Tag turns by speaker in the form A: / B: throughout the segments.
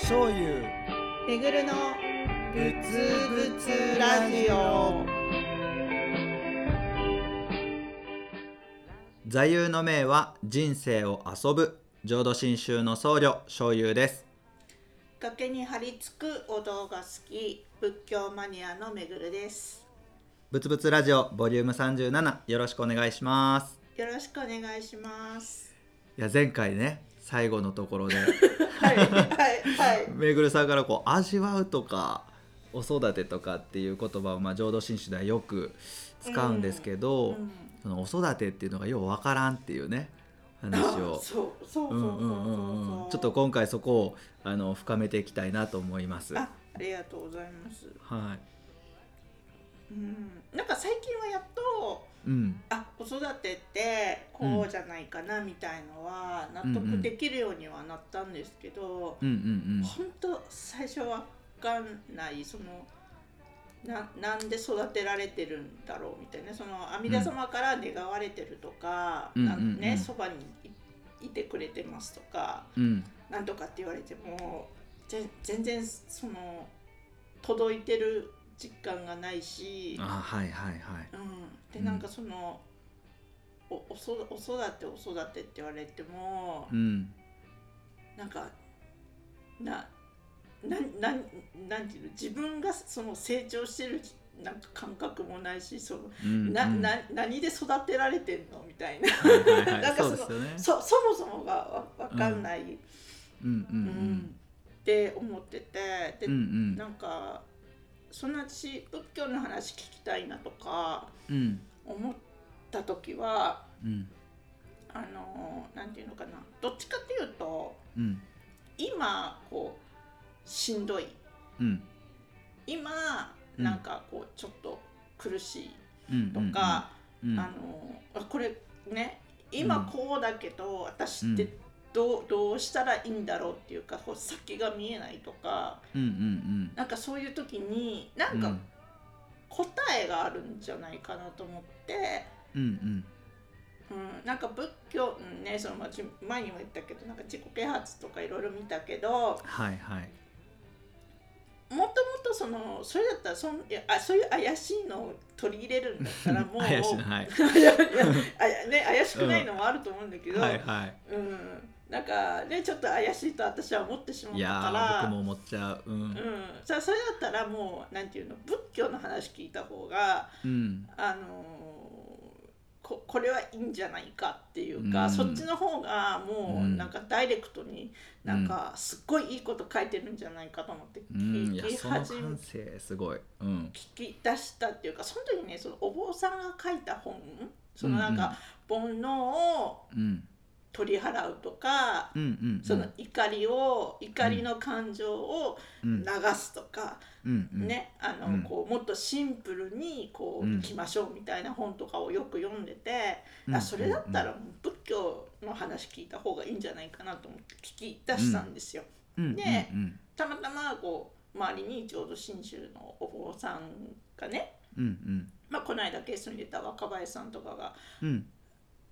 A: 醤油
B: めぐるのぶつぶつラジオ
A: 座右の銘は人生を遊ぶ浄土真宗の僧侶醤油です
B: 崖に張り付くお堂が好き仏教マニアのめぐるです
A: ぶつぶつラジオボリューム37よろしくお願いします
B: よろしくお願いします
A: いや前回ね最後のところ で
B: はいはいはい
A: めぐるさんからこう味わうとかお育てとかっていう言葉をまあ浄土真宗ではよく使うんですけど、
B: うん
A: そのお育てっていうのがようわからんっていうね話を
B: そうそうそうそううそ
A: んうんうん
B: う
A: う
B: そ
A: ん
B: う
A: ちょっと今回そこをあの深めていきたいなと思います。
B: あありがとうございます
A: は
B: うんなんか最近はやっと
A: い。うん。
B: あ子育てってこうじゃないかなみたいのは納
A: うんう
B: 得
A: ん
B: できるようにはなったんですけど、
A: うんうん
B: 本当最初わかんないそのななんで育てられてるんだろうみたいなその阿弥陀様から願われてるとか、
A: うんう
B: なん
A: んうんうん
B: ねそば、にいいてくれてますとか
A: うん。うん。
B: なんとかって言われてもぜ全然その届いてる実感がないし、
A: あはいはいはい。
B: うん、で
A: うん
B: なんかその、おおそお育てお育てって言われても、
A: うん。
B: なんかなななんなんていうの自分がその成長してるなんか感覚もないしその、
A: うん
B: な
A: うん
B: な何で育てられてんのみた いな
A: はいはい
B: な
A: は
B: ん
A: い。
B: か
A: そ
B: そうの
A: ですよね。
B: そそもそもがわわかんない、
A: うんう
B: うんんって思っててで、
A: うん。うん
B: なんかそんな私仏教の話聞きたいなとか
A: うん。うん。
B: 思った時は
A: うん。
B: あのなんていうのかなどっちかっていうと
A: うん。
B: 今こうしんどい
A: うん。
B: 今
A: うん
B: なんかこうちょっと苦しい
A: うん。
B: とか、
A: うん。
B: あのあこれね今こうだけど私って
A: うん
B: どうどうしたらいいんだろうっていうかこう先が見えないとか
A: うんうんうん。
B: なんかそういう時になんか答えがあるんじゃないかなと思って、
A: うんうん
B: うん、なんか仏教うんねそのまあじ前にも言ったけどなんか自己啓発とかいろいろ見たけど
A: はいはい。
B: もともとそのそれだったらそんいやあそういう怪しいのを取り入れるんだった らもう
A: 怪しいはい。
B: いやいやあやね、怪しくないのもあると思うんだけど、うん
A: はいは
B: なんかねちょっと怪しいと私は思ってしまっ
A: い。い
B: たか
A: やー
B: ら
A: 僕も思っちゃう。う
B: うん
A: ん。
B: さそれだったらもうなんていうの仏教の話聞いた方が、
A: うん。
B: あのーここれはいいんじゃないかっていうか、
A: うん
B: そっちの方がも
A: う
B: う
A: ん
B: なんかダイレクトになんかすっごいいいこと書いてるんじゃないかと思って
A: うん。い
B: 聞
A: や
B: き
A: その
B: 始め
A: 感性すごい。うん。
B: 聞き出したっていうかその時ねそのお坊さんが書いた本そのなんか煩悩を
A: うん。
B: 取り払うとか、
A: うんうんうん。
B: その怒りを怒りの感情を
A: うん
B: 流すとか、
A: うんうん。
B: ねあの、
A: うん
B: こうもっとシンプルにこう
A: うん
B: 行きましょうみたいな本とかをよく読んでて、
A: うん。
B: あそれだったらもう仏教の話聞いた方がいいんじゃないかなと思って聞き出したんですよ。
A: うんうんうん。
B: ね
A: うん
B: たまたまこう周りにちょうど信州のお坊さんがね
A: うん
B: まあ、この間ゲストに出た若林さんとかが
A: うんうん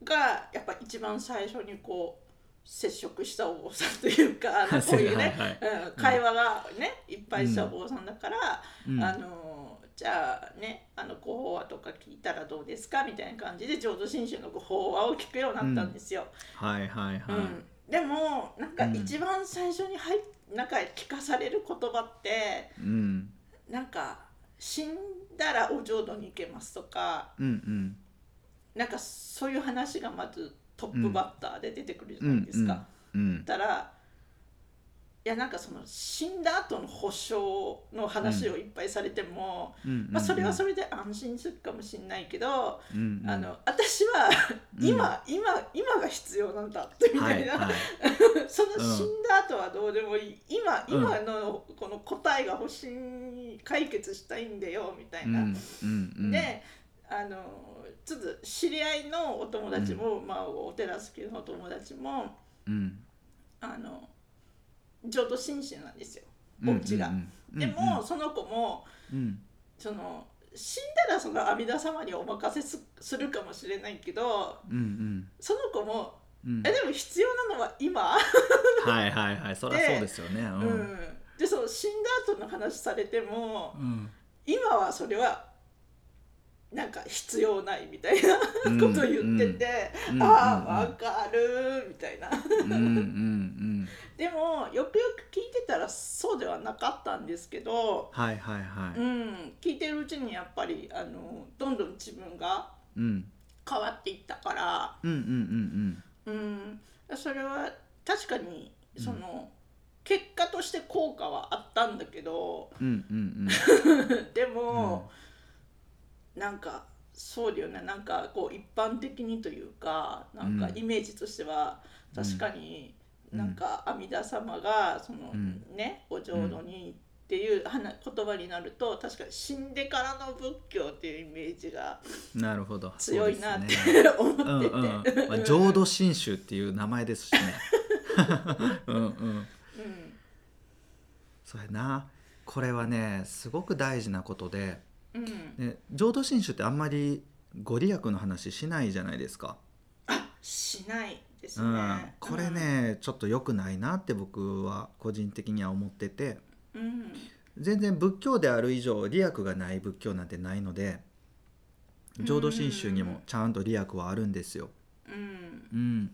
B: がやっぱ一番最初にこう接触したお坊さんというかあ のこういうね、
A: はいはい
B: うん、会話がねいっぱいしたお坊さんだから、
A: うん
B: あのじゃあねあのご法話とか聞いたらどうですかみたいな感じで浄土真宗のご法話を聞くようになったんですよ。
A: はいはい
B: うん
A: はい
B: でもなんか
A: うん
B: 一番最初に入っなんか聞かされる言葉って
A: うん
B: なんか死んだらお浄土に行けますとか
A: うんうん
B: なんかそういう話がまずトップバッターで出てくるじゃないですか。
A: うん
B: だからいやなんかその死んだ後の保証の話をいっぱいされても、
A: うん
B: まあ、それはそ
A: れ
B: れで安心するかもしれないけど、あ
A: あ
B: の私は今、今今が必要なんだみ
A: は
B: たい
A: い
B: な、
A: はい
B: その死んだ後はどうでもいい今今のこの答えが欲しい解決したいんだよみたいうな。
A: んうんうん
B: であのちょっと知り合いのお友達も、まあ、お寺好きのお友達も
A: うん
B: あの浄土真宗なんですよ。
A: うんうん
B: お家が
A: うんうん
B: でも、その子も
A: うん
B: その死んだらその阿弥陀様にお任せすするかもしれないけど
A: うんうん
B: その子も
A: うん
B: えでも必要なのは今、
A: はいはいはいそりゃそうですよねう、
B: うんん、でその死んだ後の話されても
A: うん
B: 今はそれはなんか必要ないみたいな
A: うん
B: ことを言ってて、
A: うん
B: ああわかるみたいな
A: うんうんうん
B: でもよくよく聞いてたらそうではなかったんですけど、
A: はいはいは
B: う
A: い
B: ん、聞いてるうちにやっぱりあのどんどん自分が
A: うん
B: 変わっていったから、
A: うんうんうん
B: うん、それは確かにその、結果として効果はあったんだけど
A: うんうんうん
B: でも、なんかそうだよねなんかこう一般的にというかなんか
A: うん
B: イメージとしては
A: うん
B: 確かに
A: うん
B: なんか阿弥陀様がその、
A: うん
B: ねお浄土にっていう話言葉になると確かに死んでからの仏教っていうイメージが
A: うんなるほど
B: 強いなって
A: そうですね
B: 思っ
A: うんう
B: て
A: んま
B: て。
A: あ浄土真宗っていう名前ですしね うんうんそうやなこれはねすごく大事なことで、
B: うんうん
A: ね、浄土真宗ってあんまりご利益の話しないじゃないですか、
B: しないです
A: う
B: ね。
A: ん、これね、ちょっと良くないなって僕は個人的には思ってて
B: うん。うん。
A: 全然仏教である以上利益がない仏教なんてないので浄土真宗にもちゃんと利益はあるんですよ。
B: うん。
A: うん、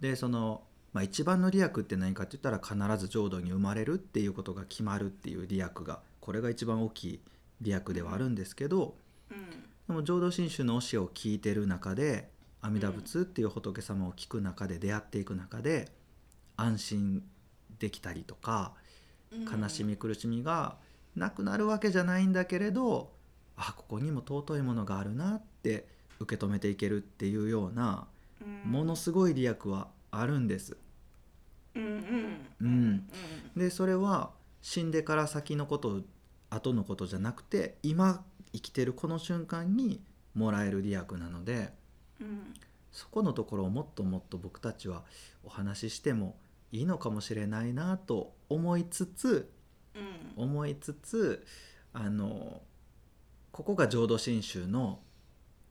A: でその、まあ、一番の利益って何かって言ったら必ず浄土に生まれるっていうことが決まるっていう利益がこれが一番大きい利益ではあるんですけど
B: うん。
A: でも浄土真宗の教えを聞いてる中で阿弥陀仏っていう仏様を聞く中で出会っていく中で安心できたりとか悲しみ苦しみがなくなるわけじゃないんだけれどあここにも尊いものがあるなって受け止めていけるっていうような
B: うん。
A: ものすごい利益はあるんです。
B: うんうん。
A: うんでそれは死んでから先のこと後のことじゃなくて今生きてるこの瞬間にもらえる利益なので
B: うん。
A: そこのところをもっともっと僕たちはお話ししてもいいのかもしれないなと思いつつ
B: うん。
A: 思いつつあのここが浄土真宗の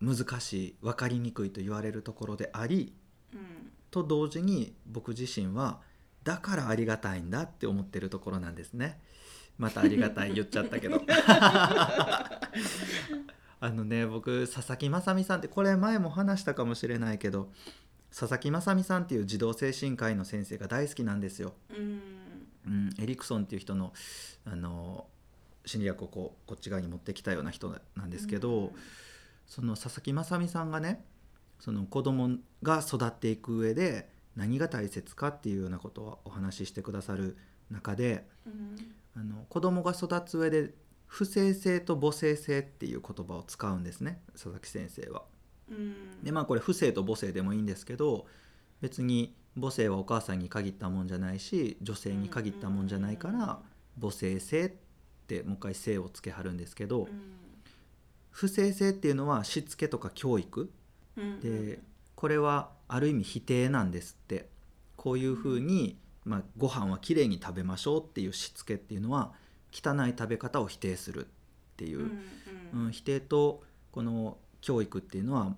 A: 難しい分かりにくいと言われるところであり
B: うん。
A: と同時に僕自身はだからありがたいんだって思ってるところなんですねまたありがたい言っちゃったけどあのね僕佐々木雅美さんってこれ前も話したかもしれないけど佐々木雅美さんっていう児童精神科医の先生が大好きなんですよ、
B: うん。
A: うん、エリクソンっていう人のあの心理学をこうこっち側に持ってきたような人なんですけど、その佐々木雅美さんがねその子供が育っていく上で何が大切かっていうようなことをお話ししてくださる中で
B: うん。
A: あの子供が育つ上で不正性と母性性っていう言葉を使うんですね佐々木先生は。
B: うん。
A: でまあこれ不正と母性でもいいんですけど別に母性はお母さんに限ったもんじゃないし女性に限ったもんじゃないから母性性ってもう一回性をつけはるんですけど
B: う
A: 不正性っていうのはしつけとか教育
B: ん。
A: でこれはある意味否定なんですってこういうふうに、まあ、ご飯はきれいに食べましょうっていうしつけっていうのは汚い食べ方を否定するっていうう、
B: ん。
A: うん否定とこの教育っていうのは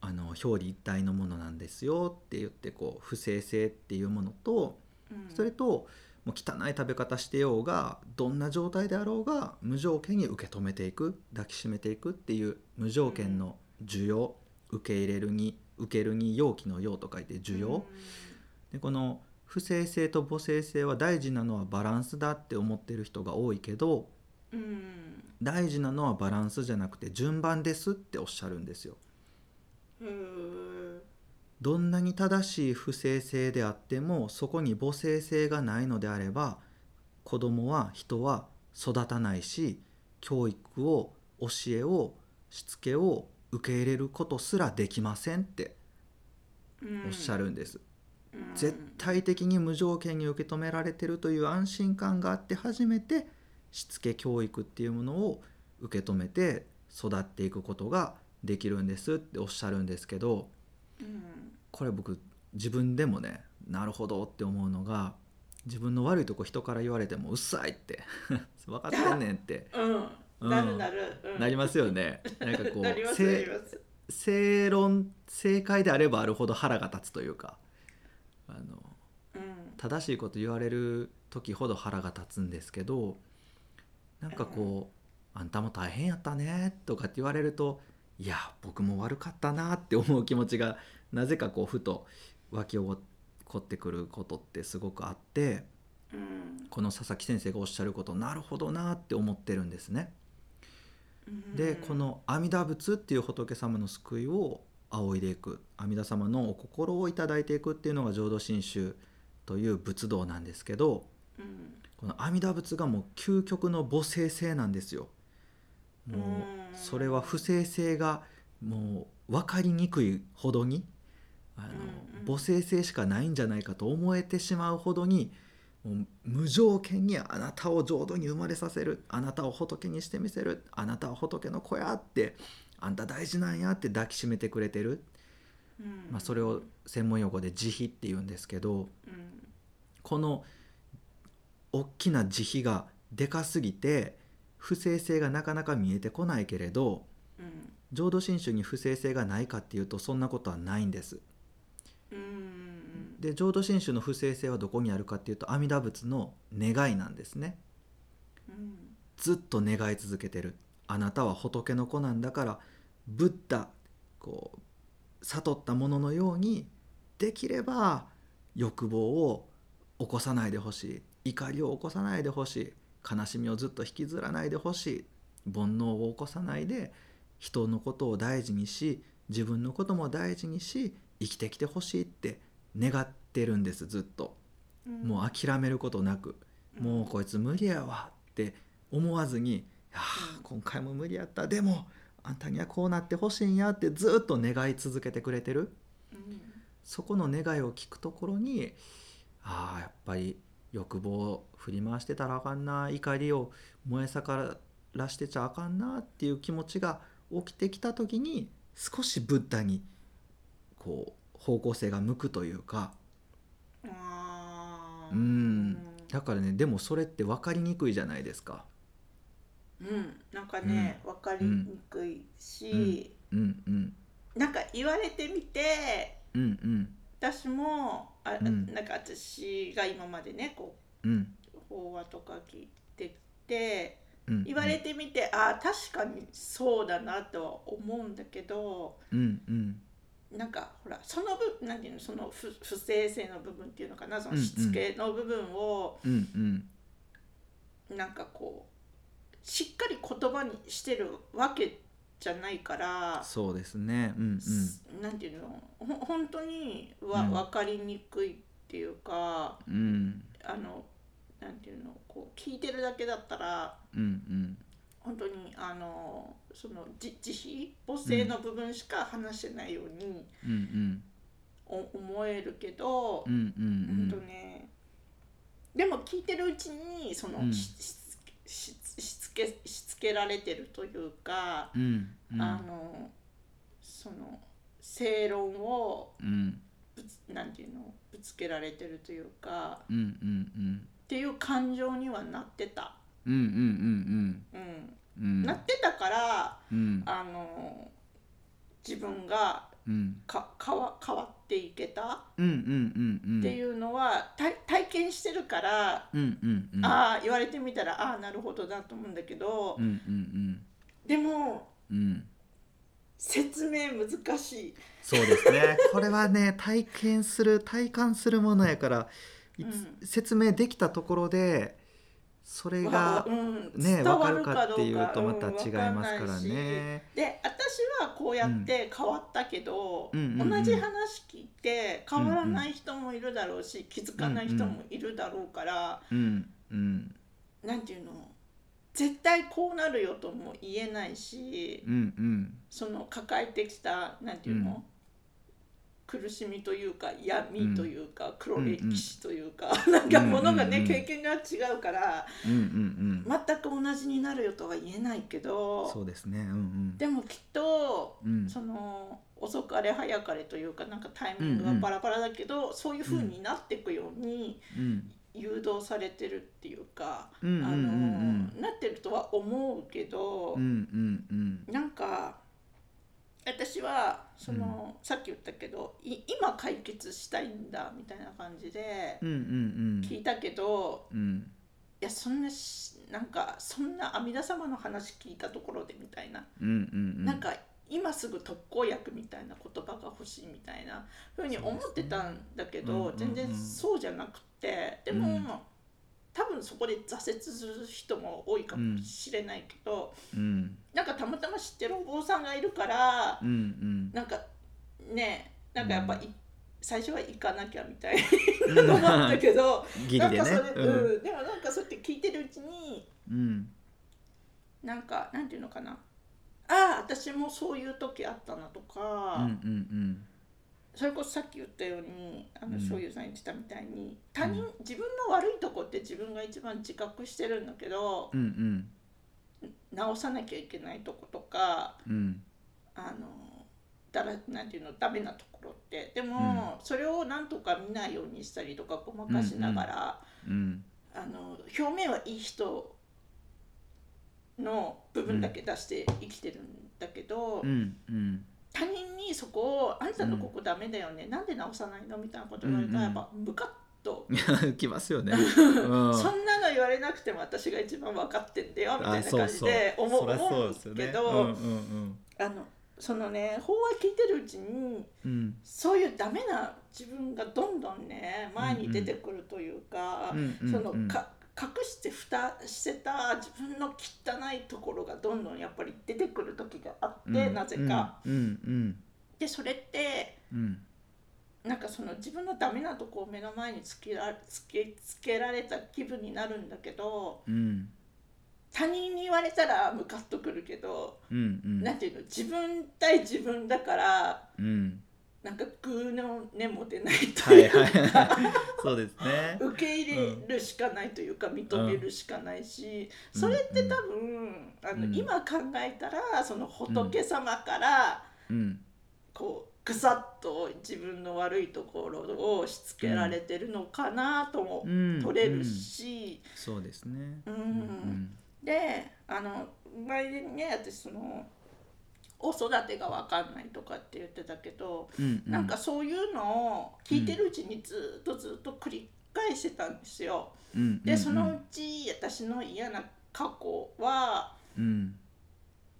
A: あの表裏一体のものなんですよって言ってこう不正性っていうものと
B: うん。
A: それ。ともう汚い食べ方してようがどんな状態であろうが無条件に受け止めていく抱きしめていくっていう無条件の需要、受け入れるに受けるに容器の用と書いて需要、。でこの不正性と母性性は大事なのはバランスだって思ってる人が多いけど
B: うん。
A: 大事なのはバランスじゃなくて順番ですっておっしゃるんですよ。
B: うん。
A: どんなに正しい不正性であってもそこに母性性がないのであれば子供は人は育たないし教育を教えをしつけを受け入れることすらできませんっておっしゃ。るんです、絶。対的に無条件に受け止められてるという安心感があって初めてしつけ教育っていうものを受け止めて育っていくことができるんですっておっしゃるんですけど、
B: うん。
A: これ僕自分でもねなるほどって思うのが自分の悪いとこ人から言われてもうっさいって 分かってんねんって
B: うん。なるなる。
A: なりますよねなんかこ
B: なりま
A: う
B: す。なり
A: せ
B: ます。
A: 正論正解であればあるほど腹が立つというかあの
B: うん
A: 正しいこと言われる時ほど腹が立つんですけどなんかこう「あんたも大変やったね」とかって言われると「いや僕も悪かったな」って思う気持ちがなぜかこうふと湧き起こってくることってすごくあって
B: うん
A: この佐々木先生がおっしゃることなるほどなって思ってるんですね。
B: うん
A: でこの阿弥陀仏っていう仏様の救いを仰いでいく阿弥陀様のお心をいただいていくっていうのが浄土真宗という仏道なんですけど
B: うん
A: この阿弥陀仏がもう究極の母性性なんですよ。も
B: う
A: うんそれは不正性がもう分かりにくいほどにあ
B: うんうん
A: の母性性しかないんじゃないかと思えてしまうほどにもう無条件にあなたを浄土に生まれさせるあなたを仏にしてみせるあなたは仏の子やってあんた大事なんやって抱きしめてくれてる、
B: うん
A: まあ、それを専門用語で慈悲って言うんですけど。
B: うん
A: この大きな慈悲がでかすぎて不正性がなかなか見えてこないけれど
B: うん
A: 浄土真宗に不正性がないかっていうとそんなことはないんです。
B: うん
A: で浄土真宗の不正性はどこにあるかっていうと阿弥陀仏の願いなんですね。
B: うん
A: ずっと願い続けてる。あなたは仏の子なんだからブッダこう悟ったもののようにできれば欲望を起こさないでほしい怒りを起こさないでほしい悲しみをずっと引きずらないでほしい煩悩を起こさないで人のことを大事にし自分のことも大事にし生きてきてほしいって願ってるんですずっと
B: うん
A: もう諦めることなくもうこいつ無理やわって思わずに「あ
B: う
A: あ
B: ん
A: 今回も無理やったでもあんたにはこうなってほしいんや」ってずっと願い続けてくれてる
B: うん
A: そこの願いを聞くところにああやっぱり欲望を振り回してたらあかんな怒りを燃え盛らしてちゃあかんなっていう気持ちが起きてきた時に少しブッダにこう方向性が向くというか。
B: あー
A: うんだからねでもそれって分かりにくいじゃないですか。
B: うんなんかね、わかりにくいし、
A: うんうん
B: なんか言われてみて
A: うんうん
B: 私もあ、
A: うん
B: なんか私が今までねこ
A: うん
B: う法話とか聞いてきて
A: うん
B: 言われてみて、ああ確かにそうだなとは思うんだけど
A: うんうん
B: なんかほらその部なんていうのその不不正性の部分っていうのかなそ
A: うん
B: の
A: うん
B: しつけの部分を、
A: うんうん
B: なんかこうしっかり言葉にしてるわけじゃないから。
A: そうですねうん
B: なんていうのほ本当にわ、
A: うん
B: 分かりにくいっていうか
A: うんうん
B: あのなんていうのこう聞いてるだけだったら
A: うんうん
B: 本当にあのそのじ慈悲母性の部分しか話してないように
A: うんうん
B: お思えるけど
A: う、んうんうん
B: 本当ねでも聞いてるうちにその、
A: うん
B: ししつけしつしつけしつけられてるというか、
A: うんうん
B: あのその正論を
A: うん
B: ぶつなんていうのぶつけられてるというか
A: うんうんうん
B: っていう感情にはなってた、
A: うんうんうん
B: うん
A: うん
B: なってたから
A: うん
B: あの自分が
A: うん
B: か変わ変わっていけた
A: うんうんうんうん
B: っていうのは、体体験してるから、
A: うんうんうん
B: ああ言われてみたらああなるほどだと思うんだけど、
A: うんうん
B: でも
A: うんうん
B: 説明難しい。
A: そうですねこれはね体験する体感するものやからいつ
B: う
A: 説明できたところでそれが
B: わうん
A: ね
B: 伝
A: わ
B: わ
A: かる
B: る
A: か
B: か
A: っ
B: どう
A: て
B: か
A: いうとまた
B: うん
A: 違いますから
B: わんないし
A: ね。
B: で私はこうやって変わったけど、
A: うんうんうんうん
B: 同じ話聞いて変わらない人もいるだろうし、気づかない人もいるだろうから、
A: うんうん
B: なんていうの絶対こうなるよとも言えないし
A: うんうん
B: その抱えてきたなんていうの、苦しみというか闇というか、黒歴史というか、なんかものがね、
A: うんうんうん
B: 経験が違うから
A: うんうんうん
B: 全く同じになるよとは言えないけ
A: そ
B: ど
A: うですねうん
B: でもきっと
A: うんうん
B: その遅かれ早かれというかなんかタイミング
A: う
B: が
A: んうん
B: バラバラだけど、そういう風になっていくように
A: うん
B: 誘導されてるっていうか、
A: うんうんうん
B: あ
A: うん
B: のなってるとは思うけど、
A: うんうんうん
B: なんか私はその、さっき言ったけどい今解決したいんだみたいな感じで
A: うんうん
B: 聞いたけど、
A: うんうん
B: いやそんなしなんかそんな阿弥陀様の話聞いたところでみたいな、
A: うんうんうん
B: なんか今すぐ特効薬みたいな言葉が欲しいみたいなふうに思ってたんだけ
A: そ
B: ど、
A: うですね
B: 全
A: うんうん
B: 然
A: うん
B: そうじゃなくてでも、
A: うん
B: 多分そこで挫折する人も多いかもしれないけど、
A: うん
B: なんかたまたま知ってるお坊さんがいるから
A: うんうん
B: なんかねなんかやっぱい、
A: う
B: 最初は行かなきゃみたい
A: うん
B: なのもあったけど、
A: ギ
B: な
A: リ
B: ん
A: で
B: か
A: ね
B: それ、うんでもなんかそうやって聞いてるうちに
A: うん
B: なんかなんていうのかなああ私もそういう時あったなとか、
A: うんうん
B: それこそさっき言ったようにあ
A: う
B: の
A: ん
B: 醤油さん言ってたみたいに他人自分の悪いとこって自分が一番自覚してるんだけど
A: うんうん
B: 直さなきゃいけないとことか
A: うん
B: あのだらなんていうのダメなところってでも、それをなんとか見ないようにしたりとかごまかしながら、
A: うん
B: あの表面はいい人の部分だけ出して生きてるんだけど、
A: うんうん
B: 他人にそこを「あんたのここダメだよね、なんで直さないの?」みたいなこと言われたらやっぱムカッと。
A: いやきますよね、うん、
B: そんなの言われなくても私が一番分かってんだよみたいな感じで思う
A: そりゃ
B: 思
A: そううんですよ
B: け
A: ね
B: ど、
A: うんうん
B: あのそのね法話聞いてるうちに
A: うん
B: そういうダメな自分がどんどんね前に出てくるというか、
A: うんうん
B: そ
A: うんうん
B: のか隠して蓋してた自分の汚いところがどんどんやっぱり出てくる時があって、
A: うん
B: なぜか。
A: うんうん
B: でそれって
A: うん
B: なんかその自分のダメなとこを目の前につけらつけつけられた気分になるんだけど
A: うん
B: 他人に言われたらムカッとくるけど、
A: うんうん
B: なんていうの自分対自分だから
A: うん
B: なんかグーの根も出ないと
A: はい
B: いうか
A: はいはいそうですね
B: 受け入れるしかないというか、認めるしかないし、それって多分、あの
A: うん
B: 今考えたらその仏様から
A: うん
B: こうぐさっと自分の悪いところを押し付けられてるのかなとも
A: うん
B: 取れる
A: うん
B: し、
A: そうですね
B: うん
A: うんうん
B: であの前にね私そのお育てが分かんないとかって言ってたけど、
A: うんう
B: なんかそういうのを聞いてるうちにずっとずっと繰り返してたんですよ。
A: うん
B: でそうの
A: ん
B: うち私の嫌な過去は
A: うん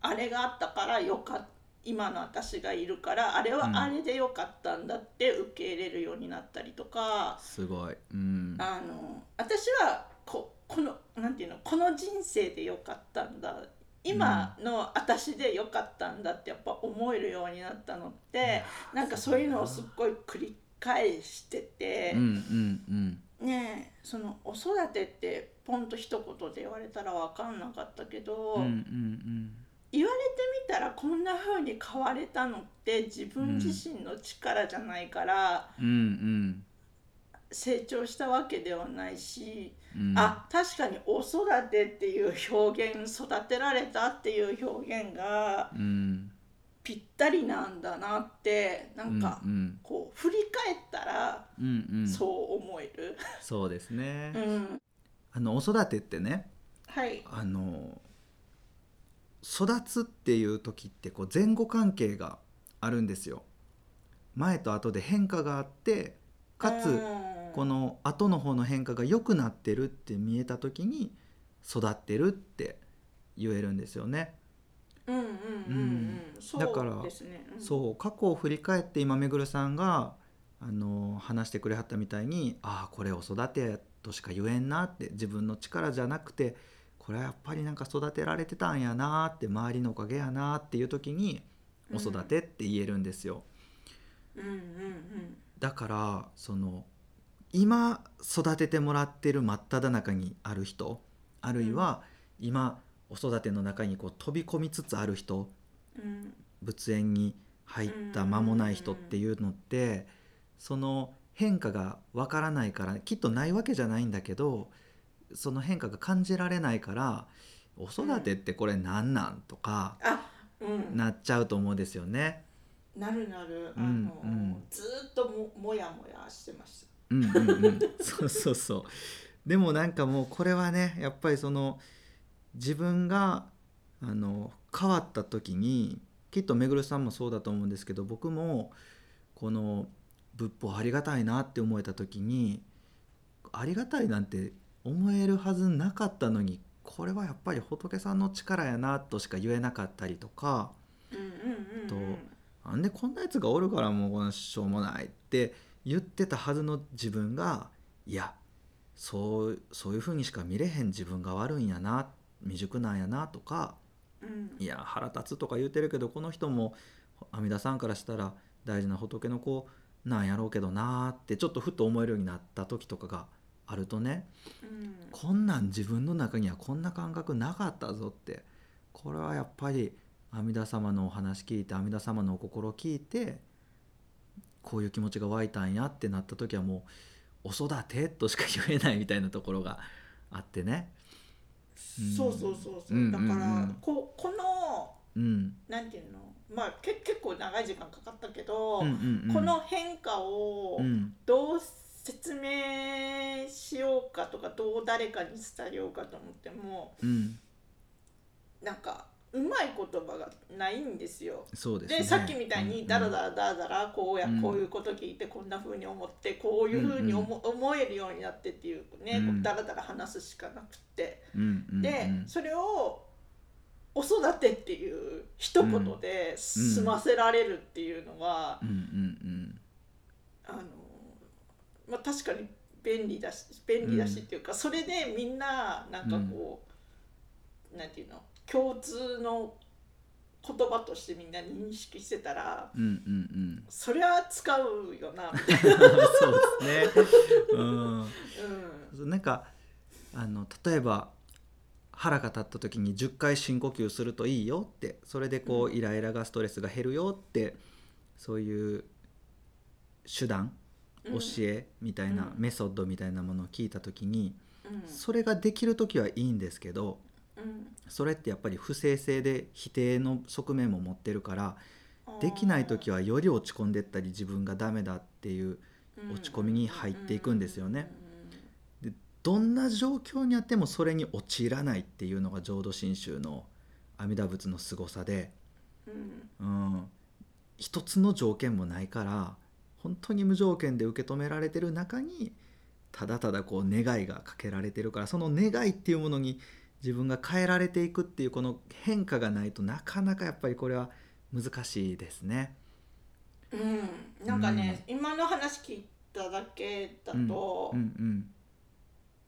B: あれがあったからよかった今の私がいるからあれ
A: うん
B: はあれでよかったんだって受け入れるようになったりとか、
A: すごいうん
B: あの私はここのなんていうのこの人生でよかったんだ今の私でよかったんだってやっぱ思えるようになったのって、なんかそういうのをすっごい繰り返してて。
A: うんうん
B: ねえそのお育てってポンと一言で言われたら分かんなかったけど、
A: うんうんうん
B: 言われてみたらこんな風に変われたのって自分自身の力じゃないから、
A: うんうん
B: 成長したわけではないし、
A: うん
B: あ確かに「お育て」っていう表現育てられたっていう表現が
A: うん
B: ぴったりなんだなってなんか
A: うん
B: こう振り返ったら
A: うんうんうん
B: そう思える。
A: そうですね
B: うん、
A: あのお育てってね
B: はい、
A: あの育つっていう時ってこう前後関係があるんですよ前と後で変化があってかつ、
B: うん
A: この後の方の変化が良くなってるって見えた時に育ってるって言えるんですよね、
B: うんうんうんうん、そう
A: だから
B: ですね、うん、
A: そう過去を振り返って今めぐるさんがあの話してくれはったみたいにああこれを育てとしか言えんなって自分の力じゃなくてこれはやっぱりなんか育てられてたんやなって周りのおかげやなっていう時に
B: うん
A: お育てって言えるんですよ、
B: うんうんうん
A: だからその今育ててもらってる真っ只中にある人あるいは今お育ての中にこう飛び込みつつある人
B: うん
A: 仏縁に入った間もない人っていうのってその変化がわからないからきっとないわけじゃないんだけどその変化が感じられないからお育てってこれなんなんとか
B: あうんな
A: なっちゃうと思うんですよね。
B: るなるあ
A: うん
B: の、
A: うん
B: ずーっとももやもやしてまし
A: うんうんうん、 そうそうそうでもなんかもうこれはねやっぱりその自分があの変わった時にきっとめぐるさんもそうだと思うんですけど僕もこの仏法ありがたいなって思えた時にありがたいなんて思えるはずなかったのにこれはやっぱり仏さんの力やなとしか言えなかったりとか
B: うんうん
A: と
B: うんうん
A: なんでこんなやつがおるからもうこんなしょうもないって言ってたはずの自分がいやそうそういうふうにしか見れへん自分が悪いんやな未熟なんやなとか
B: うん
A: いや腹立つとか言うてるけどこの人も阿弥陀さんからしたら大事な仏の子なんやろうけどなーってちょっとふと思えるようになった時とかがあるとね
B: うん
A: こんなん自分の中にはこんな感覚なかったぞってこれはやっぱり阿弥陀様のお話聞いて阿弥陀様のお心聞いてこういう気持ちが湧いたんやってなった時はもう「お育て」としか言えないみたいなところがあってね。
B: そうそうそうそう、
A: うん
B: だから、
A: うんうんうん
B: ここの
A: うん、
B: なんていうのまあけ結構長い時間かかったけど、
A: うんうんうん
B: この変化を
A: うん
B: どう説明しようかとかどう誰かに伝えようかと思っても
A: うん
B: なんかうまい言葉がないんですよ。
A: そうです
B: でさっきみたいにダラ
A: ラ
B: ダラダラダラこうや、
A: うん
B: こういうこと聞いてこんな風に思ってこういう風に思,、思えるようになってっていうね、
A: うん
B: こうダラダラ話すしかなくて、で、
A: で
B: それを「お育て」っていう一言で済ませられるっていうのは、
A: うんうん
B: あのまあ、確かに便利だし便利だしっていうか、それでみんななんかこう、なんていうの共通の言葉としてみんな認識してたら
A: うんうんう ん
B: そりゃ使うよなみたい
A: うんそうですねうん
B: な。うん
A: なんかあの例えば腹が立った時に10回深呼吸するといいよってそれでこうイライラがストレスが減るよってそういう手段
B: う
A: 教
B: ん
A: えみたいな、
B: うん
A: メソッドみたいなものを聞いた時に、
B: うん
A: それができる時はいいんですけど
B: うん
A: それってやっぱり不正性で否定の側面も持ってるからできない時はより落ち込んでったり自分がダメだっていう落ち込みに入っていくんですよね。どんな状況にあってもそれに陥らないっていうのが浄土真宗の阿弥陀仏の凄さで、
B: うんうん
A: うん、一つの条件もないから本当に無条件で受け止められてる中にただただこう願いがかけられてるからその願いっていうものに自分が変えられていくっていうこの変化がないとなかなかやっぱりこれは難しいですね。
B: うん、なんかね、今の話聞いただけだと
A: うん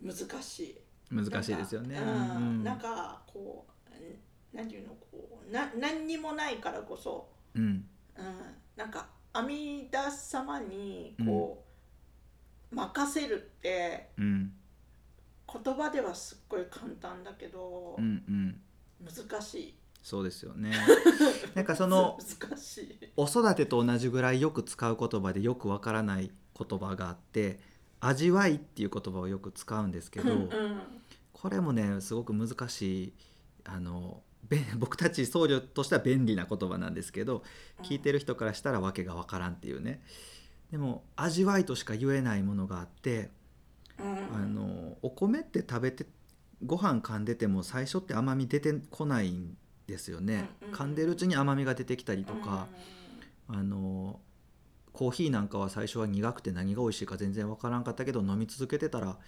B: 難しい。
A: うん、難しいですよね。
B: なんか,、
A: うんうん
B: なんかこう何ていうのこうな何にもないからこそ、
A: うん
B: うん、なんか阿弥陀様にこう、任せるって
A: うん
B: 言葉ではすっごい簡単だけど、
A: うんうん
B: 難しい。
A: そうですよ ね。なんかその
B: 難しい。
A: お育てと同じぐらいよく使う言葉でよくわからない言葉があって「味わい」っていう言葉をよく使うんですけど、
B: うんうん
A: これもねすごく難しいあのべ 僕たち僧侶としては便利な言葉なんですけど聞いてる人からしたらわけがわからんっていうね。でも「味わい」としか言えないものがあって
B: うん
A: あのお米って食べてご飯噛んでても最初って甘み出てこないんですよね
B: うんうんうん
A: 噛んでるうちに甘みが出てきたりとか、、あのコーヒーなんかは最初は苦くて何が美味しいか全然分からんかったけど飲み続けてたら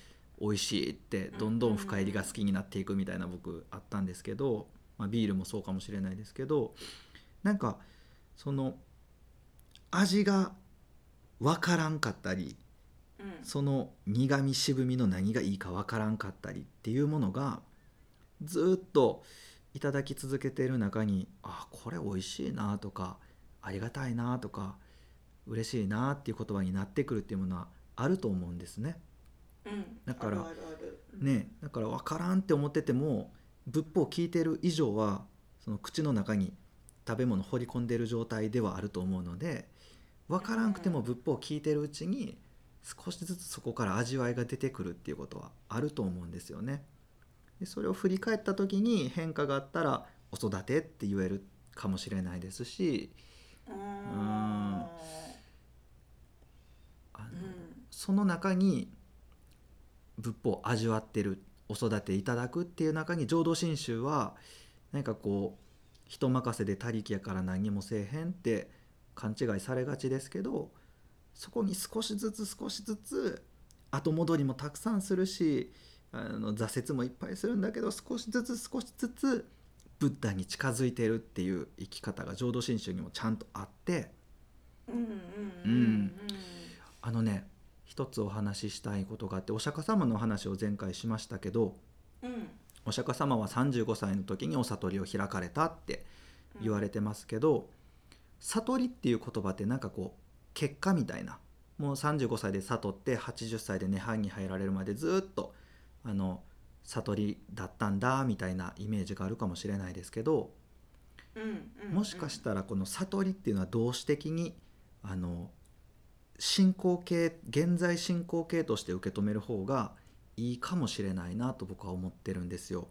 A: 美味しいってどんどん深入りが好きになっていくみたいな僕あったんですけど、まあ、ビールもそうかもしれないですけどなんかその味が分からんかったり
B: うんうん
A: その苦み渋みの何がいいか分からんかったりっていうものがずっといただき続けてる中にあこれ美味しいなとかありがたいなとか嬉しいなっていう言葉になってくるっていうものはあると思うんですね。
B: うん
A: だから
B: あるあるある
A: ねだから分からんって思ってても仏法を聞いてる以上はその口の中に食べ物を放り込んでる状態ではあると思うので分からんくても仏法を聞いてるうちに少しずつそこから味わいが出てくるっていうことはあると思うんですよね。でそれを振り返った時に変化があったら「お育て」って言えるかもしれないですし
B: う
A: うんあの、
B: んうん
A: その中に仏法を味わってるお育ていただくっていう中に浄土真宗は何かこう人任せで他力やから何もせえへんって勘違いされがちですけどそこに少しずつ少しずつ後戻りもたくさんするしあの挫折もいっぱいするんだけど少しずつ少しずつブッダに近づいてるっていう生き方が浄土真宗にもちゃんとあって
B: うんうん
A: うんあのね一つお話ししたいことがあってお釈迦様のお話を前回しましたけど
B: うんうん
A: お釈迦様は35歳の時にお悟りを開かれたって言われてますけど悟りっていう言葉ってなんかこう結果みたいなもう35歳で悟って80歳で涅槃に入られるまでずっとあの悟りだったんだみたいなイメージがあるかもしれないですけど
B: うんうん
A: もしかしたらこの悟りっていうのは動詞的にあの進行形現在進行形として受け止める方がいいかもしれないなと僕は思ってるんですよ。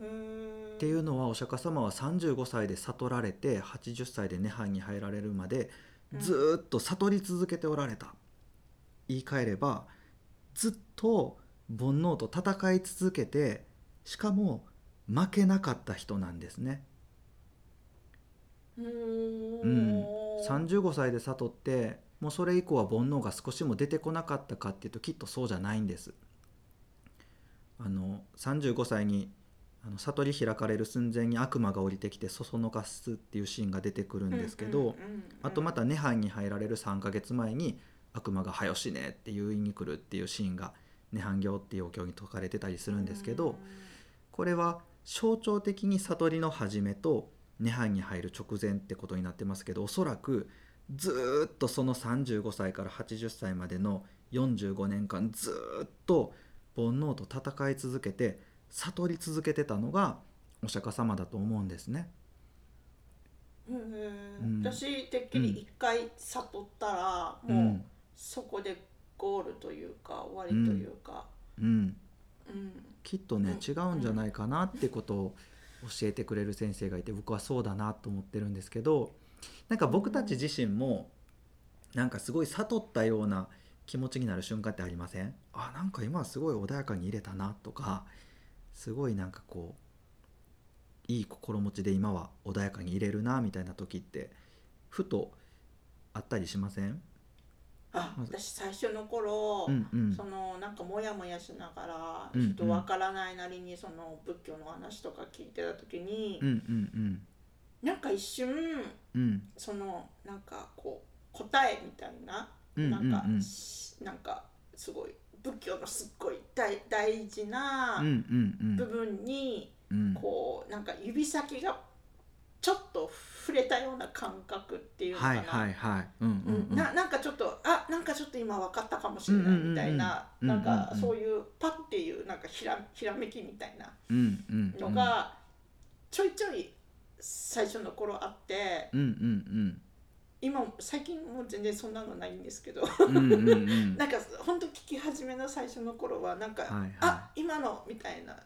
B: うん
A: っていうのはお釈迦様は35歳で悟られて80歳で涅槃に入られるまで
B: うん
A: ずーっと悟り続けておられた、言い換えればずっと煩悩と戦い続けてしかも負けなかった人なんですね
B: う
A: うん
B: ん
A: 35歳で悟ってもうそれ以降は煩悩が少しも出てこなかったかっていうときっとそうじゃないんですあの35歳にあの悟り開かれる寸前に悪魔が降りてきてそそのかすっていうシーンが出てくるんですけど、
B: うんうんうんうん
A: あとまた涅槃に入られる3ヶ月前に悪魔が「はよしね」って言いに来るっていうシーンが涅槃行っていうお経に説かれてたりするんですけど、これは象徴的に悟りの始めと涅槃に入る直前ってことになってますけどおそらくずーっとその35歳から80歳までの45年間ずーっと煩悩と戦い続けて悟り続けてたのがお釈迦様だと思うんですね。
B: うん
A: うん
B: 私てっきり一回悟ったら、
A: う、
B: もうんそこでゴールというか終わりというか、
A: うん
B: うん
A: きっとね
B: う
A: 違うんじゃないかなってことを教えてくれる先生がいて僕はそうだなと思ってるんですけどなんか僕たち自身もなんかすごい悟ったような気持ちになる瞬間ってありませんあなんか今はすごい穏やかに入れたなとかすごいなんかこういい心持ちで今は穏やかに入れるなみたいな時ってふとあったりしません
B: あ
A: まず
B: 私最初の頃、
A: うんうん
B: そのなんかモヤモヤしなが
A: う
B: ら
A: んう
B: ちょ
A: ん
B: っとわからないなりにその仏教の話とか聞いてた時に、
A: うんうん
B: なんか一瞬
A: うんうん
B: そのなんかこう答えみたいな、
A: うんうんうん
B: なんかしなんかすごい仏教のすっごい大大事
A: うんう
B: なん部
A: ん
B: 分に、
A: うん
B: こうなんか指先がちょっと触れたような感覚っていうのか
A: は
B: な。
A: いはいはいうんうんうん
B: ななんかちょっとあなんかちょっと今分かったかもしれないみたいな
A: うんうん
B: な
A: うん
B: んか
A: うんうんうん
B: そういうパッっていうなんかひらひらめきみたいな
A: うんうんうん
B: のがちょいちょい最初の頃あって
A: うんうん
B: 今最近もう全然そんなのないんですけど
A: うんうんうんうん
B: なんかほんと聞き始めの最初の頃はなんか、
A: はいはい
B: あ今のみたいな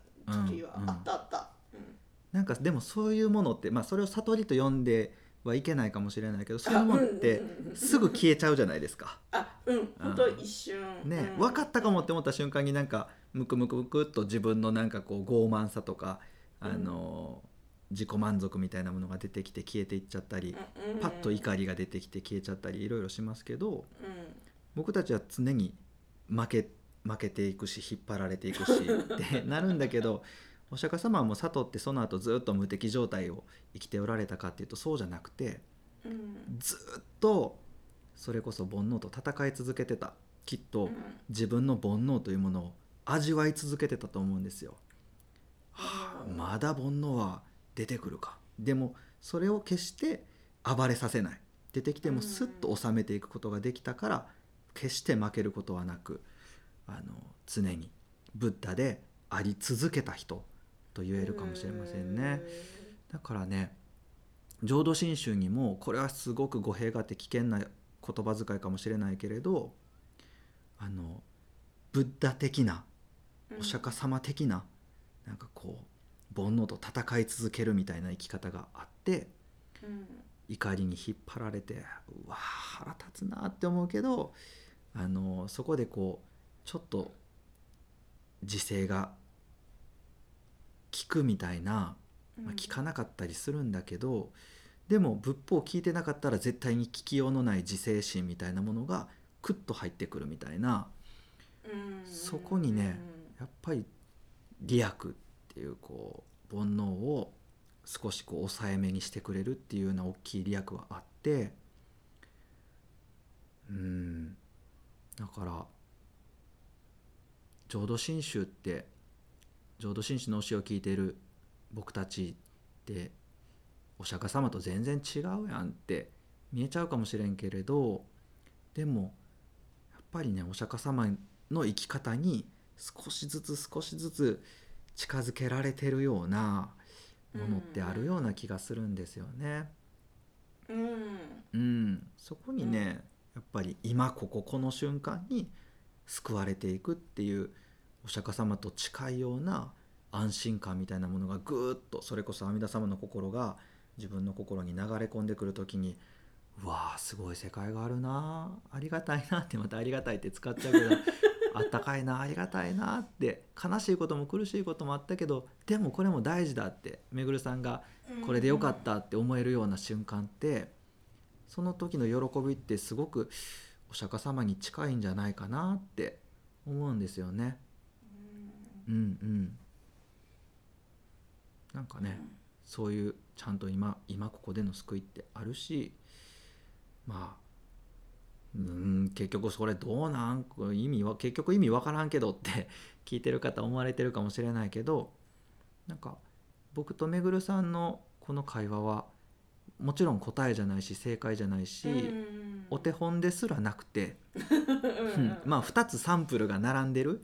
B: 時は
A: うんうん
B: あったあった。うん
A: なんかでもそういうものって、まあ、それを悟りと呼んではいけないかもしれないけどそういうものってすぐ消えちゃうじゃないですか。
B: あうん本当一瞬
A: ね
B: うん
A: 分かったかもって思った瞬間になんかムクムクムクっと自分のなんかこう傲慢さとか、あの自己満足みたいなものが出てきて消えていっちゃったり、
B: うんうん
A: パッと怒りが出てきて消えちゃったりいろいろしますけど
B: うん
A: 僕たちは常に負け負けていくし引っ張られていくしってなるんだけど お釈迦様はもう悟ってその後ずっと無敵状態を生きておられたかっていうとそうじゃなくて
B: うん
A: ずっとそれこそ煩悩と戦い続けてたきっ
B: う
A: と
B: ん
A: 自分の煩悩というものを味わい続けてたと思うんですよ。はあまだ煩悩は出てくるかでもそれを決して暴れさせない出てきてもスッと収めていくことができたから決して負けることはなくあの常にブッダであり続けた人と言えるかもしれませんね。だからね浄土真宗にもこれはすごく語弊があって危険な言葉遣いかもしれないけれどあのブッダ的な
B: うん。
A: お釈迦様的ななんかこう煩悩と戦い続けるみたいな生き方があって
B: うん
A: 怒りに引っ張られてうわー腹立つなって思うけどあのそこでこうちょっと自制が効くみたいな
B: う
A: まあ聞かなかったりするんだけど、でも仏法を聞いてなかったら絶対に聞きようのない自制心みたいなものがクッと入ってくるみたいな
B: うん
A: そこにねやっぱり利悪っていうこう煩悩を少しこう抑えめにしてくれるっていうような大きい利悪はあってうんだから浄土真宗って浄土真宗の教えを聞いてる僕たちってお釈迦様と全然違うやんって見えちゃうかもしれんけれどでもやっぱりねお釈迦様の生き方に少しずつ少しずつ近づけられてるようなものってあるような気がするんですよね。
B: うんうん
A: うん、そこにね、やっぱり今こここの瞬間に救われていくっていうお釈迦様と近いような安心感みたいなものがぐーっとそれこそ阿弥陀様の心が自分の心に流れ込んでくる時にうわあすごい世界があるなあありがたいなってまた「ありがたい」って使っちゃうけどあったかいなありがたいなって悲しいことも苦しいこともあったけどでもこれも大事だってめぐるさんがこれでよかったって思えるような瞬間ってその時の喜びってすごくお釈迦様に近いんじゃないかなって思うんですよね。うんうん、なんか
B: うん
A: ねそういうちゃんと今今ここでの救いってあるしまあうん結局それどうなんこれ意味は結局意味わからんけどって 聞いてる方思われてるかもしれないけどなんか僕とめぐるさんのこの会話はもちろん答えじゃないし正解じゃないし、
B: うん
A: お手本ですらなくて、
B: うんうん
A: まあ2つサンプルが並んでる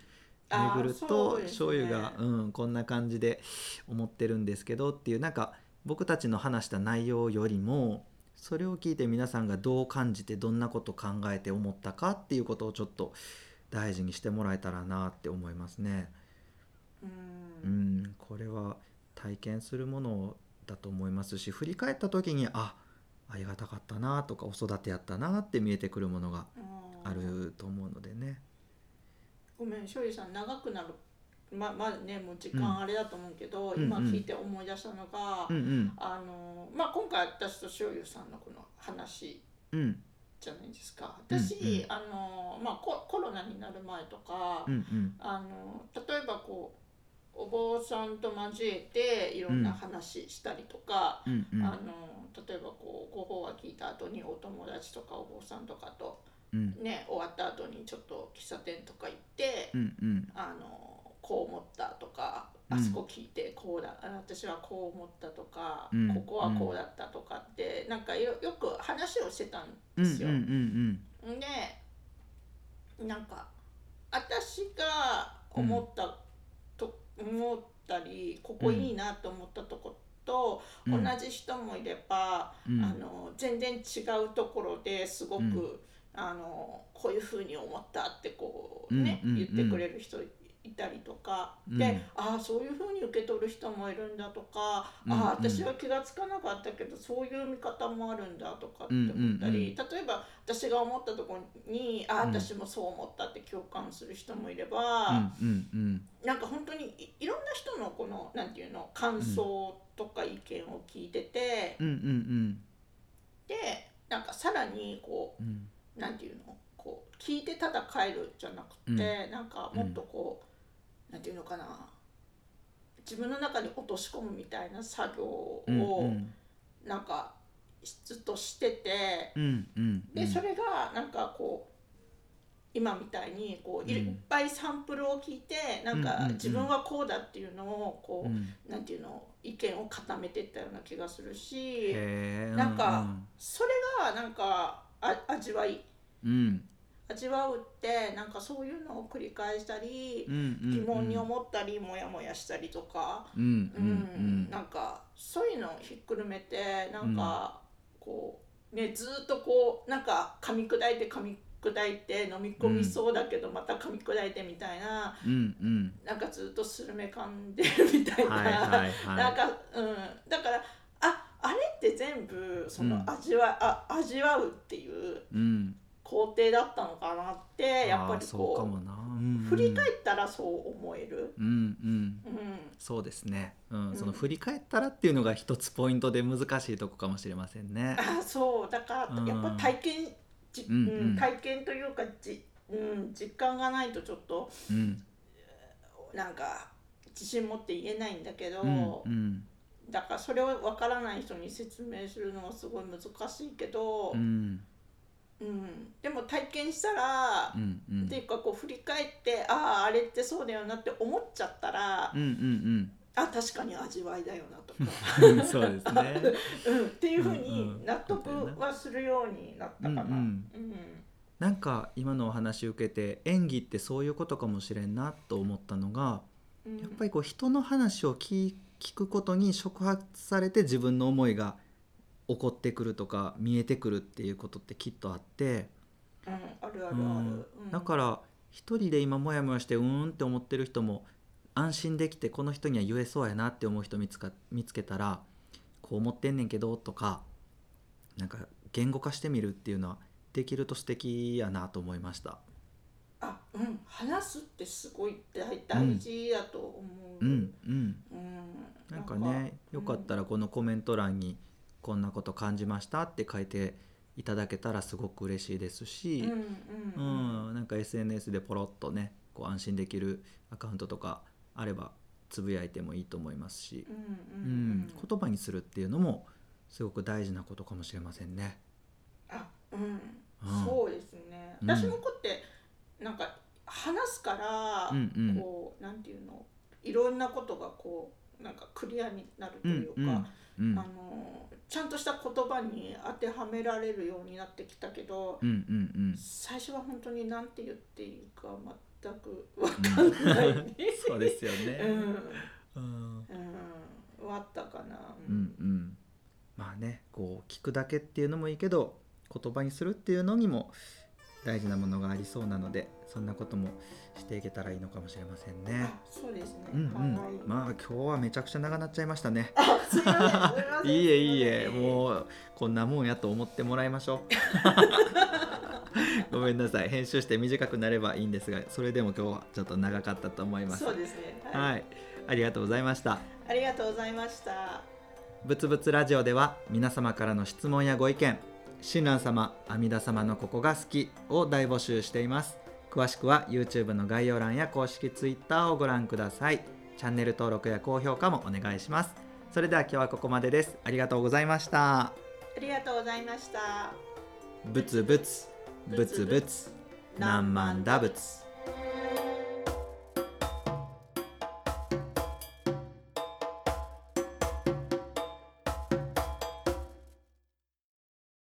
B: あー
A: 巡る
B: そ
A: と
B: うですね
A: 醤油がうんこんな感じで思ってるんですけどっていうなんか僕たちの話した内容よりもそれを聞いて皆さんがどう感じてどんなこと考えて思ったかっていうことをちょっと大事にしてもらえたらなって思いますね。
B: う
A: うんん、これは体験するものだと思いますし振り返った時にあありがたかったなとかお育てやったなって見えてくるものがあると思うのでね。
B: ごめんしょうゆさん長くなるままあねもう時間あれだと思うけど、
A: うん
B: 今
A: うんうん
B: 聞いて思い出したのが、
A: うんうん
B: あのまあ今回私としょうゆさんのこの話
A: うん
B: じゃないですか
A: うんうん
B: 私、あのまあココロナになる前とか、
A: うんうん
B: あの例えばこうお坊さんと交えていろんな話したりとか、
A: うんうん
B: あの例えばこうご法話聞いた後にお友達とかお坊さんとかと
A: うん
B: ね終わった後にちょっと喫茶店とか行って、
A: うんうん
B: あのこう思ったとか
A: うん
B: あそこ聞いてこうだ、あ私はこう思ったとか、
A: うん
B: ここはこうだったとかってなんかよよく話をしてたん
A: うん
B: ですよ。
A: うんうん
B: でなんか私が思ったと、思ったりここいいなと思ったとこ
A: うんう
B: と、
A: ん
B: 同じ人もいれば、
A: うん
B: あの全然違うところですごく、
A: うん
B: あのこういうふうに思ったってこうね、
A: うんうんう
B: 言
A: ん
B: ってくれる人いたりとか、
A: うん
B: でああそういうふうに受け取る人もいるんだとか、
A: うんうん
B: ああ私は気が付かなかったけどそういう見方もあるんだとかって思ったり、例えば私が思ったところにああ
A: うん
B: 私もそう思ったって共感する人もいれば、
A: うんうん
B: なんか本当にいいろんな人のこのなんていうの感想とか意見を聞いてて、
A: うんうんうん
B: でなんかさらにこう
A: うんうん
B: なんていうのこう聞いてただ帰るじゃなくて、なんかもっとこう、なんていうのかな自分の中に落とし込むみたいな作業を
A: うん
B: なんか質としてて、
A: うんうん
B: でそれがなんかこう今みたいにこうい,、
A: うん
B: っぱいサンプルを聞いてなん
A: うんうん
B: か
A: うん
B: 自分はこうだっていうのをこう、
A: うん
B: なんていうの意見を固めていったような気がするし
A: へー
B: なんかそれがなんかあ味わい
A: うん
B: 味わうってなんかそういうのを繰り返したり
A: うんうんうん
B: 疑問に思ったりモヤモヤしたりとか、
A: うんうん
B: うんなんかそういうのをひっくるめてなんかこう、ね、ずっとこうなんか噛み砕いて噛み砕いて飲み込みそうだけどまた噛み砕いてみたいな、
A: うんうん
B: なんかずっとスルメ噛んでるみたいな、
A: はいはいはい
B: なんか、うん、だからああれって全部その味わ,、あ味わうっていう
A: うん
B: 工程だったのかなってやっぱ
A: あー
B: り
A: そうか
B: こう
A: もなうん
B: 振り返ったらそう思える。
A: うんうん
B: うん
A: そうですね、うん
B: うん
A: その振り返ったらっていうのが一つポイントで難しいとこかもしれませんね。
B: あそうだか
A: うん
B: らやっぱ体験じ、
A: う
B: うんん
A: うん
B: 体験というかじ、うん、実感がないとちょっと
A: うん
B: なんか自信持って言えないんだけど、
A: うんうん
B: だからそれを分からない人に説明するのはすごい難しいけど、
A: う
B: うん
A: ん
B: でも体験したら、
A: うんうんうん
B: っていうかこう振り返ってあああれってそうだよなって思っちゃったら、
A: うん
B: あ確かに味わいだよなと か、
A: うんそうです ね。
B: うん、っていうふ
A: う
B: う
A: んうん
B: に納得はするようになったかな。
A: うんうん
B: うん
A: なんか今のお話を受けて演技ってそういうことかもしれんなと思ったのが
B: うん
A: やっぱりこう人の話を聞聞くことに触発されて自分の思いが起こってくるとか見えてくるっていうことってきっとあって
B: うん、あるあるある。うん
A: だから一人で今モヤモヤしてうーんって思ってる人も安心できてこの人には言えそうやなって思う人見つか見つけたらこう思ってんねんけどとかなんか言語化してみるっていうのはできると素敵やなと思いました。
B: あ、うん、話すってすごい大大事だと思う。
A: うん、うん
B: うん
A: なんかねよかったらこのコメント欄に「こんなこと感じました」って書いていただけたらすごく嬉しいです
B: うん
A: し、
B: う
A: うんん、なんか SNS でポロッとねこう安心できるアカウントとかあればつぶやいてもいいと思いますし
B: う、ん
A: う
B: うんん、
A: 言葉にするっていうのもすごく大事なことかもしれませんね。
B: あ、うん
A: うん、
B: そうですね。
A: うん
B: 私の子ってなんか話すから、
A: うんうん
B: こうなんていうの、いろんなことがこうなんかクリアになると
A: う
B: い
A: ん
B: うか。
A: うんうん
B: あのちゃんとした言葉に当てはめられるようになってきたけど、
A: うんうんうん
B: 最初は本当になんて言っていいか全く分かんない、ね
A: そうですよ
B: うん
A: ね。うん
B: うんはあったかな
A: うんうん、まあねこう聞くだけっていうのもいいけど言葉にするっていうのにも大事なものがありそうなのでそんなこともしていけたらいいのかもしれませんね
B: あ。そうですね、
A: うんう
B: はい
A: ん、まあ今日はめちゃくちゃ長なっちゃいましたね。
B: あ すいませんすいません
A: いいえいいえ
B: う
A: もうこんなもんやと思ってもらいましょ う。ごめんなさい編集して短くなればいいんですがそれでも今日はちょっと長かったと思います。
B: そうですねはい、
A: はい、ありがとうございました。
B: ありがとうございました
A: ぶつぶつラジオでは皆様からの質問やご意見親鸞様阿弥陀様のここが好きを大募集しています詳しくは YouTube の概要欄や公式 Twitter をご覧くださいチャンネル登録や高評価もお願いしますそれでは今日はここまでですありがとうございました
B: ありがとうございました
A: ぶつぶつぶつぶつ何万打仏